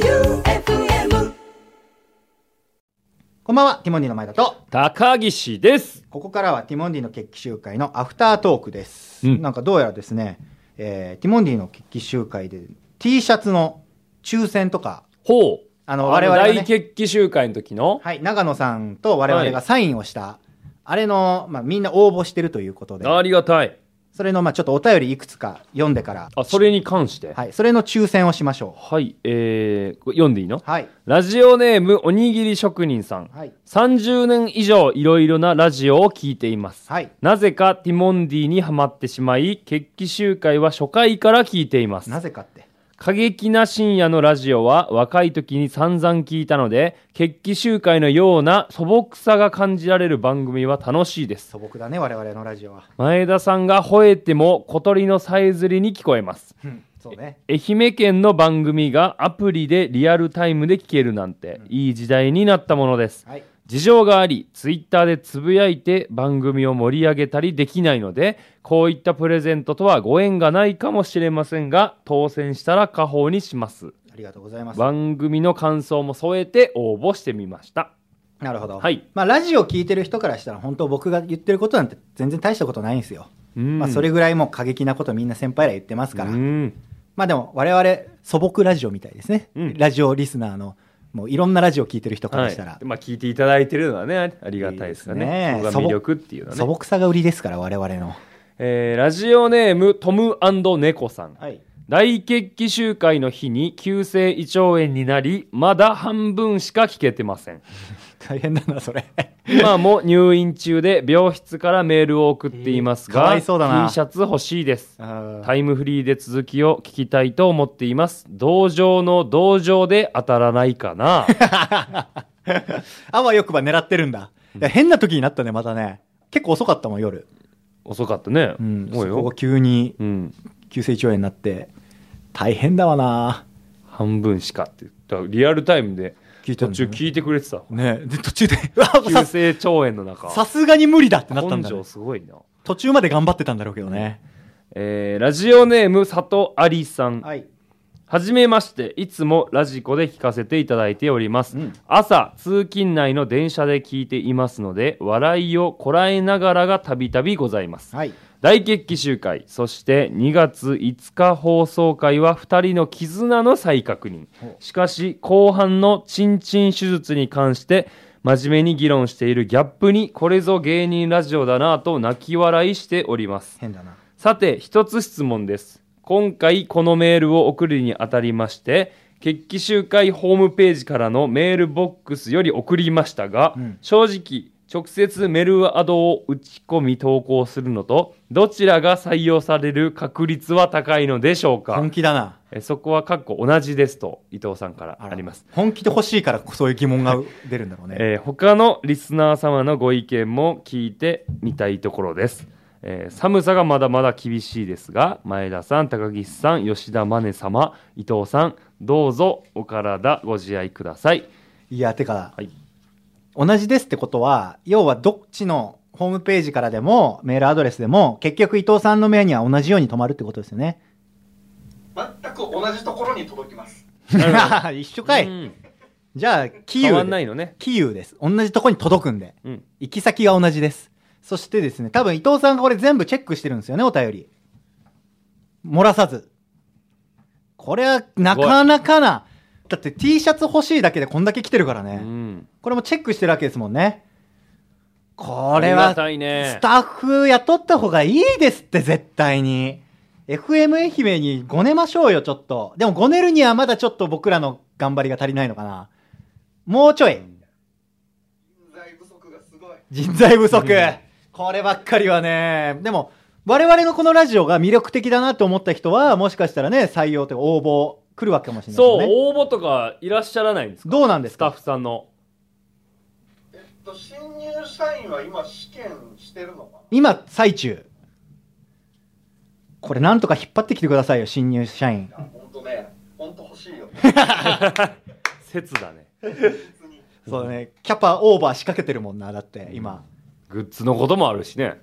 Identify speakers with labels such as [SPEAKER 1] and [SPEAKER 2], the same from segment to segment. [SPEAKER 1] J-O-E-U-F-M
[SPEAKER 2] こんばんは、ティモンディの前田と、
[SPEAKER 3] 高岸です。
[SPEAKER 2] ここからはティモンディの決起集会のアフタートークです。
[SPEAKER 3] うん
[SPEAKER 2] なんかどうやらですね、えーティモンディの決起集会で T シャツの抽選とか、
[SPEAKER 3] ほう。
[SPEAKER 2] あの我々がね
[SPEAKER 3] 大決起集会の時の、
[SPEAKER 2] はい、長野さんと我々がサインをした、あれの、まあ、みんな応募してるということで、
[SPEAKER 3] ありがたい。
[SPEAKER 2] それの、まあ、ちょっとお便りいくつか読んでから、
[SPEAKER 3] あ、それに関して。はい、
[SPEAKER 2] はい、それの抽選をしましょ
[SPEAKER 3] えー、これ読んでいいの
[SPEAKER 2] う。はい、
[SPEAKER 3] ラジオネーム、おにぎり職人さん。
[SPEAKER 2] はい、
[SPEAKER 3] 30年以上いろいろなラジオを聞いています。
[SPEAKER 2] はい。
[SPEAKER 3] なぜかティモンディにハマってしまい、決起集会は初回から聞いています。
[SPEAKER 2] なぜかって。
[SPEAKER 3] 過激な深夜のラジオは若い時に散々聞いたので、決起集会のような素朴さが感じられる番組は楽しいです。
[SPEAKER 2] 素朴だね、我々のラジオは。
[SPEAKER 3] 前田さんが吠えても小鳥のさえずりに聞こえます。
[SPEAKER 2] うんそうね。
[SPEAKER 3] 愛媛県の番組がアプリでリアルタイムで聞けるなんて、いい時代になったものです。
[SPEAKER 2] はい。
[SPEAKER 3] 事情があり、ツイッターでつぶやいて番組を盛り上げたりできないので、こういったプレゼントとはご縁がないかもしれませんが、当選したら家宝にします。
[SPEAKER 2] ありがとうございます。
[SPEAKER 3] 番組の感想も添えて応募してみました。
[SPEAKER 2] なるほど。
[SPEAKER 3] はい
[SPEAKER 2] まあ、ラジオ聞いてる人からしたら、本当僕が言ってることなんて全然大したことないんですよ。
[SPEAKER 3] うん
[SPEAKER 2] まあ、それぐらいもう過激なことみんな先輩ら言ってますから。
[SPEAKER 3] うん。
[SPEAKER 2] まあ、でも、我々、素朴ラジオみたいですね。
[SPEAKER 3] うん
[SPEAKER 2] ラジオリスナーの、もういろんなラジオ聞いてる人からしたら、
[SPEAKER 3] はい、まあ聞いていただいてるのはねありがたいですよね
[SPEAKER 2] いいですね
[SPEAKER 3] そこが魅力っていうの
[SPEAKER 2] 素
[SPEAKER 3] はね、
[SPEAKER 2] 朴さが売りですから、我々の。
[SPEAKER 3] えーラジオネームトム猫さん、
[SPEAKER 2] はい。
[SPEAKER 3] 大決起集会の日に急性胃腸炎になりまだ半分しか聞けてません
[SPEAKER 2] 大変だな、 それ。
[SPEAKER 3] 今も入院中で病室からメールを送っています
[SPEAKER 2] えーか
[SPEAKER 3] が、
[SPEAKER 2] わいそうだな
[SPEAKER 3] T シャツ欲しいです
[SPEAKER 2] は
[SPEAKER 3] タイムフリーで続きを聞きたいと思っています同情の同情で当たらないかな
[SPEAKER 2] あわよくば狙ってるんだ。いや変な時になったね、またね。結構遅かったもん、夜。
[SPEAKER 3] 遅かったね、
[SPEAKER 2] うん。
[SPEAKER 3] おい
[SPEAKER 2] そ
[SPEAKER 3] よ
[SPEAKER 2] こが急に
[SPEAKER 3] うん
[SPEAKER 2] 急性胃腸炎になって、大変だわな
[SPEAKER 3] 半分しかってだからリアルタイムで
[SPEAKER 2] 聞いて
[SPEAKER 3] 途
[SPEAKER 2] んだ
[SPEAKER 3] 中
[SPEAKER 2] よね
[SPEAKER 3] 聞いてくれてた
[SPEAKER 2] ねで、途中 で、うわ
[SPEAKER 3] 急
[SPEAKER 2] さ
[SPEAKER 3] 性腸炎の中
[SPEAKER 2] さすがに無理だってなったん
[SPEAKER 3] 根
[SPEAKER 2] だ、ね
[SPEAKER 3] 性。すごいな、
[SPEAKER 2] 途中まで頑張ってたんだろうけどね。
[SPEAKER 3] えーラジオネーム里ありさん
[SPEAKER 2] はい。
[SPEAKER 3] はじめましていつもラジコで聞かせていただいております、
[SPEAKER 2] うん
[SPEAKER 3] 朝通勤内の電車で聞いていますので笑いをこらえながらがたびたびございます
[SPEAKER 2] はい。
[SPEAKER 3] 大決起集会そして2月5日放送回は2人の絆の再確認
[SPEAKER 2] ほ
[SPEAKER 3] しかし後半のチンチン手術に関して真面目に議論しているギャップにこれぞ芸人ラジオだなぁと泣き笑いしております
[SPEAKER 2] 変だな。
[SPEAKER 3] さて一つ質問です今回このメールを送るにあたりまして決起集会ホームページからのメールボックスより送りましたが、
[SPEAKER 2] うん
[SPEAKER 3] 正直直接メルアドを打ち込み投稿するのとどちらが採用される確率は高いのでしょう
[SPEAKER 2] 本
[SPEAKER 3] か
[SPEAKER 2] 気だな。
[SPEAKER 3] えそこはかっこ同じですと伊藤さんからあります、
[SPEAKER 2] ら。本気で欲しいからそういう疑問が出るんだろうね。
[SPEAKER 3] えー他のリスナー様のご意見も聞いてみたいところです、えー寒さがまだまだ厳しいですが前田さん高岸さん吉田真似様伊藤さんどうぞお体ご自愛ください
[SPEAKER 2] いや、てか、
[SPEAKER 3] はい
[SPEAKER 2] 同じですってことは、要はどっちのホームページからでも、メールアドレスでも、結局伊藤さんの目には同じように止まるってことですよね。
[SPEAKER 4] 全く同じところに届きます。
[SPEAKER 2] 一緒か
[SPEAKER 3] う
[SPEAKER 2] い。
[SPEAKER 3] ん
[SPEAKER 2] じゃあ、キ
[SPEAKER 3] 変わ
[SPEAKER 2] ー
[SPEAKER 3] ん
[SPEAKER 2] ウ
[SPEAKER 3] ない
[SPEAKER 2] で。
[SPEAKER 3] のね
[SPEAKER 2] キーウです。同じとこに届くんで。
[SPEAKER 3] うん
[SPEAKER 2] 行き先が同じです。そしてですね、多分伊藤さんがこれ全部チェックしてるんですよね、お便り。漏らさず。これはなかなかな。だって T シャツ欲しいだけでこんだけ来てるから
[SPEAKER 3] う
[SPEAKER 2] ね。
[SPEAKER 3] ん
[SPEAKER 2] これもチェックしてるわけですもんね。こ
[SPEAKER 3] あ
[SPEAKER 2] れ
[SPEAKER 3] り
[SPEAKER 2] は
[SPEAKER 3] が、たいね
[SPEAKER 2] スタッフ雇った方がいいですって、絶対に。FM 愛媛にごねましょうよ、ちょっと。でもごねるにはまだちょっと僕らの頑張りが足りないのかな。もうちょい。
[SPEAKER 4] 人材不足がすごい。
[SPEAKER 2] 人材不足。こればっかりはね。でも、我々のこのラジオが魅力的だなと思った人は、もしかしたらね、採用というか応募来るわけかもしれない
[SPEAKER 3] そう
[SPEAKER 2] ですね。
[SPEAKER 3] 応募とかいらっしゃらないんですか
[SPEAKER 2] どうなんです
[SPEAKER 3] スタッ
[SPEAKER 2] か
[SPEAKER 3] フさ んの
[SPEAKER 4] えっと、新入社員は今試験してるのか
[SPEAKER 2] 今、最中。これなんとか引っ張ってきてくださいよ、新入社員。
[SPEAKER 4] な本当ね、本当欲しいよ。
[SPEAKER 3] 説だね
[SPEAKER 4] 別に
[SPEAKER 2] そうだね。キャパオーバー仕掛けてるもんな、だって、今。
[SPEAKER 3] グッズのこともあるしね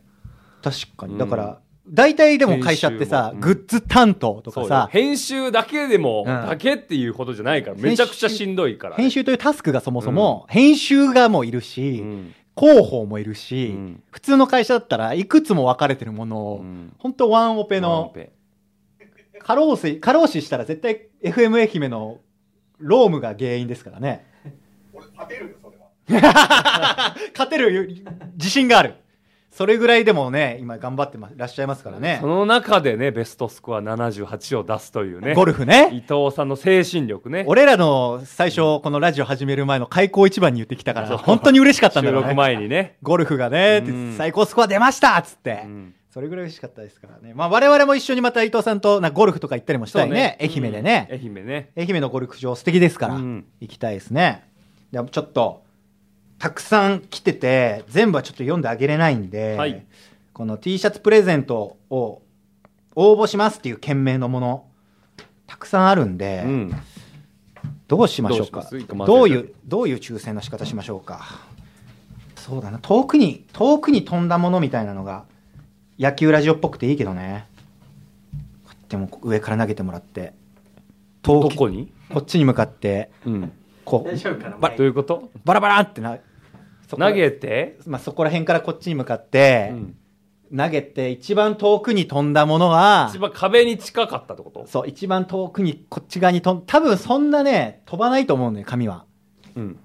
[SPEAKER 2] 確か
[SPEAKER 3] う
[SPEAKER 2] に。
[SPEAKER 3] ん
[SPEAKER 2] だから、大体でも会社ってさ、
[SPEAKER 3] 編集もうん
[SPEAKER 2] グッズ担当と
[SPEAKER 3] そ
[SPEAKER 2] か
[SPEAKER 3] うよ
[SPEAKER 2] さ、
[SPEAKER 3] 編集だけでも、
[SPEAKER 2] ん
[SPEAKER 3] だけっていうほどじゃないから、めちゃくちゃしんどいから。
[SPEAKER 2] 編集というタスクがそもそも、編集がもういるし、
[SPEAKER 3] うん
[SPEAKER 2] 広報もいるし、
[SPEAKER 3] うん
[SPEAKER 2] 普通の会社だったらいくつも分かれてるものを、
[SPEAKER 3] うん
[SPEAKER 2] ほんとワンオペ
[SPEAKER 3] ワンオ
[SPEAKER 2] の、
[SPEAKER 3] ペ
[SPEAKER 2] 過労死、過労死したら絶対 FM 愛媛のロームが原因ですからね。
[SPEAKER 4] 俺立てるよそれは
[SPEAKER 2] 勝てる自信がある。それぐらいでもね、今頑張ってまらっしゃいますからね
[SPEAKER 3] そ。の中でね、ベストスコア78を出すというね。
[SPEAKER 2] ゴルフね。
[SPEAKER 3] 伊藤さんの精神力ね。
[SPEAKER 2] 俺らの最初、このラジオ始める前の開口一番に言ってきたか
[SPEAKER 3] そ
[SPEAKER 2] ら、
[SPEAKER 3] う
[SPEAKER 2] 本当に嬉しかったんだ
[SPEAKER 3] 収
[SPEAKER 2] ろう
[SPEAKER 3] 録
[SPEAKER 2] ね。
[SPEAKER 3] 前にね。
[SPEAKER 2] ゴルフがね、って
[SPEAKER 3] うん
[SPEAKER 2] 最高スコア出ましたっつって、
[SPEAKER 3] うん
[SPEAKER 2] それぐらい嬉しかったですからね。まあ我々も一緒にまた伊藤さんとなんかゴルフとか行ったりもしたいね。愛媛でね、
[SPEAKER 3] うん愛媛ね。
[SPEAKER 2] 愛媛のゴルフ場素敵ですから、
[SPEAKER 3] うん
[SPEAKER 2] 行きたいですね。でもちょっと、たくさん来てて、全部はちょっと読んであげれないんで、
[SPEAKER 3] はい
[SPEAKER 2] この T シャツプレゼントを応募しますっていう件名のもの、たくさんあるんで、
[SPEAKER 3] うん。
[SPEAKER 2] どうしましょう
[SPEAKER 3] どうし
[SPEAKER 2] か
[SPEAKER 3] ます一個
[SPEAKER 2] ど
[SPEAKER 3] 回
[SPEAKER 2] う
[SPEAKER 3] せる
[SPEAKER 2] いう、どういう抽選の仕方しましょうか。そうだな、遠くに、遠くに飛んだものみたいなのが、野球ラジオっぽくていいけどね。こうやってもう上から投げてもらって、遠
[SPEAKER 3] ど
[SPEAKER 2] く、
[SPEAKER 3] こに
[SPEAKER 2] こっちに向かって、
[SPEAKER 3] うん。
[SPEAKER 2] こ
[SPEAKER 5] 大
[SPEAKER 2] う、
[SPEAKER 5] 丈夫かな
[SPEAKER 3] ば
[SPEAKER 5] 前
[SPEAKER 3] どういうこと
[SPEAKER 2] バラバラってな、そこら
[SPEAKER 3] 投げて、
[SPEAKER 2] まあ、そこら辺からこっちに向かって、
[SPEAKER 3] うん
[SPEAKER 2] 投げて、一番遠くに飛んだものが
[SPEAKER 3] 一、番壁に近かったってこと
[SPEAKER 2] そう、一番遠くにこっち側に飛ん、多分そんなね、飛ばないと思うんだよ、紙は。
[SPEAKER 3] うん。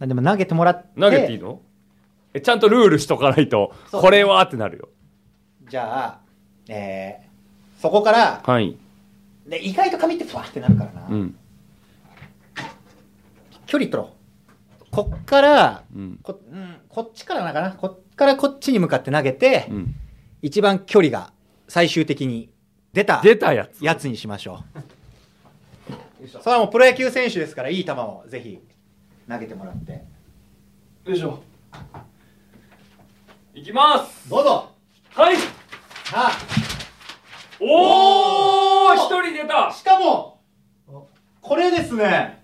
[SPEAKER 2] でも投げてもらって、
[SPEAKER 3] 投げていいのえちゃんとルールしとかないと、
[SPEAKER 2] そう
[SPEAKER 3] これはってなるよ。
[SPEAKER 2] じゃあ、えーそこから、
[SPEAKER 3] はい。
[SPEAKER 2] で意外と紙ってふわってなるからな、
[SPEAKER 3] うん。
[SPEAKER 2] 距離取ろうこっから、
[SPEAKER 3] うん。
[SPEAKER 2] こうん、こっちからなのかなこっからこっちに向かって投げて、
[SPEAKER 3] うん。
[SPEAKER 2] 一番距離が最終的に出た
[SPEAKER 3] 出たやつ。
[SPEAKER 2] やつにしましょうそれはもうプロ野球選手ですからいい球をぜひ投げてもらって
[SPEAKER 3] よいしょ。いきます
[SPEAKER 2] どうぞ
[SPEAKER 3] はい
[SPEAKER 2] さあ
[SPEAKER 3] お
[SPEAKER 2] お
[SPEAKER 3] ー
[SPEAKER 2] ー
[SPEAKER 3] 一人出た
[SPEAKER 2] しかもこれですね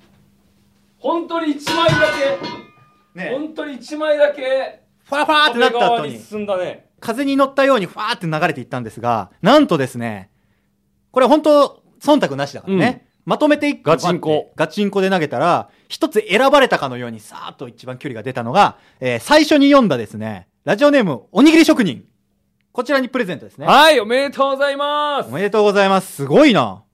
[SPEAKER 3] 本当に一枚だけ
[SPEAKER 2] ね
[SPEAKER 3] 本当に一枚だけ
[SPEAKER 2] ファーファーってなった後
[SPEAKER 3] 壁側
[SPEAKER 2] に
[SPEAKER 3] 進んだね。
[SPEAKER 2] 風に乗ったようにファーって流れていったんですが、なんとですね、これ本当忖度なしだからね。まとめて一個
[SPEAKER 3] ガチンコ
[SPEAKER 2] ガチンコで投げたら、一つ選ばれたかのようにさーっと一番距離が出たのが、えー最初に読んだですね、ラジオネーム、おにぎり職人。こちらにプレゼントですね。
[SPEAKER 3] はい、おめでとうございます
[SPEAKER 2] おめでとうございます。すごいな。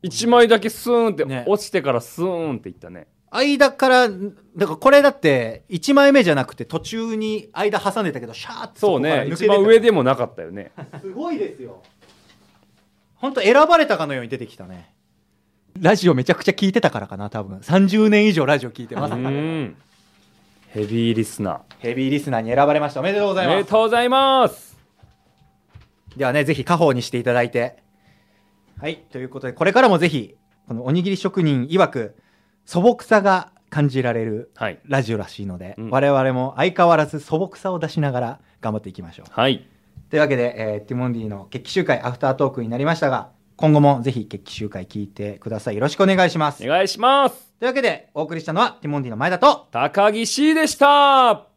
[SPEAKER 3] 一枚だけスーンって、
[SPEAKER 2] ね
[SPEAKER 3] 落ちてからスーンっていったね。
[SPEAKER 2] 間から、んだからこれだって、1枚目じゃなくて途中に間挟んでたけど、シャーって
[SPEAKER 3] そ
[SPEAKER 2] こ
[SPEAKER 3] う
[SPEAKER 2] から
[SPEAKER 3] ね
[SPEAKER 2] 抜、け
[SPEAKER 3] 一番
[SPEAKER 2] 出た
[SPEAKER 3] 上でもなかったよね。
[SPEAKER 2] すごいですよ。本当選ばれたかのように出てきたね。ラジオめちゃくちゃ聞いてたからかな、多分。30年以上ラジオ聞いて
[SPEAKER 3] う
[SPEAKER 2] ます。
[SPEAKER 3] ん。ヘビーリスナー。
[SPEAKER 2] ヘビーリスナーに選ばれました。おめでとうご
[SPEAKER 3] お
[SPEAKER 2] ざい
[SPEAKER 3] めで
[SPEAKER 2] ます。
[SPEAKER 3] とうございます。
[SPEAKER 2] ではね、ぜひ家宝にしていただいて。はい。ということで、これからもぜひ、このおにぎり職人曰く、素朴さが感じられる
[SPEAKER 3] はい。
[SPEAKER 2] ラジオらしいので、
[SPEAKER 3] うん
[SPEAKER 2] 我々も相変わらず素朴さを出しながら頑張っていきましょう。
[SPEAKER 3] はい。
[SPEAKER 2] というわけで、えーティモンディの決起集会アフタートークになりましたが、今後もぜひ決起集会聞いてください。よろしくお願いします。
[SPEAKER 3] お願いします。
[SPEAKER 2] というわけで、お送りしたのは、ティモンディの前田と、
[SPEAKER 3] 高岸でした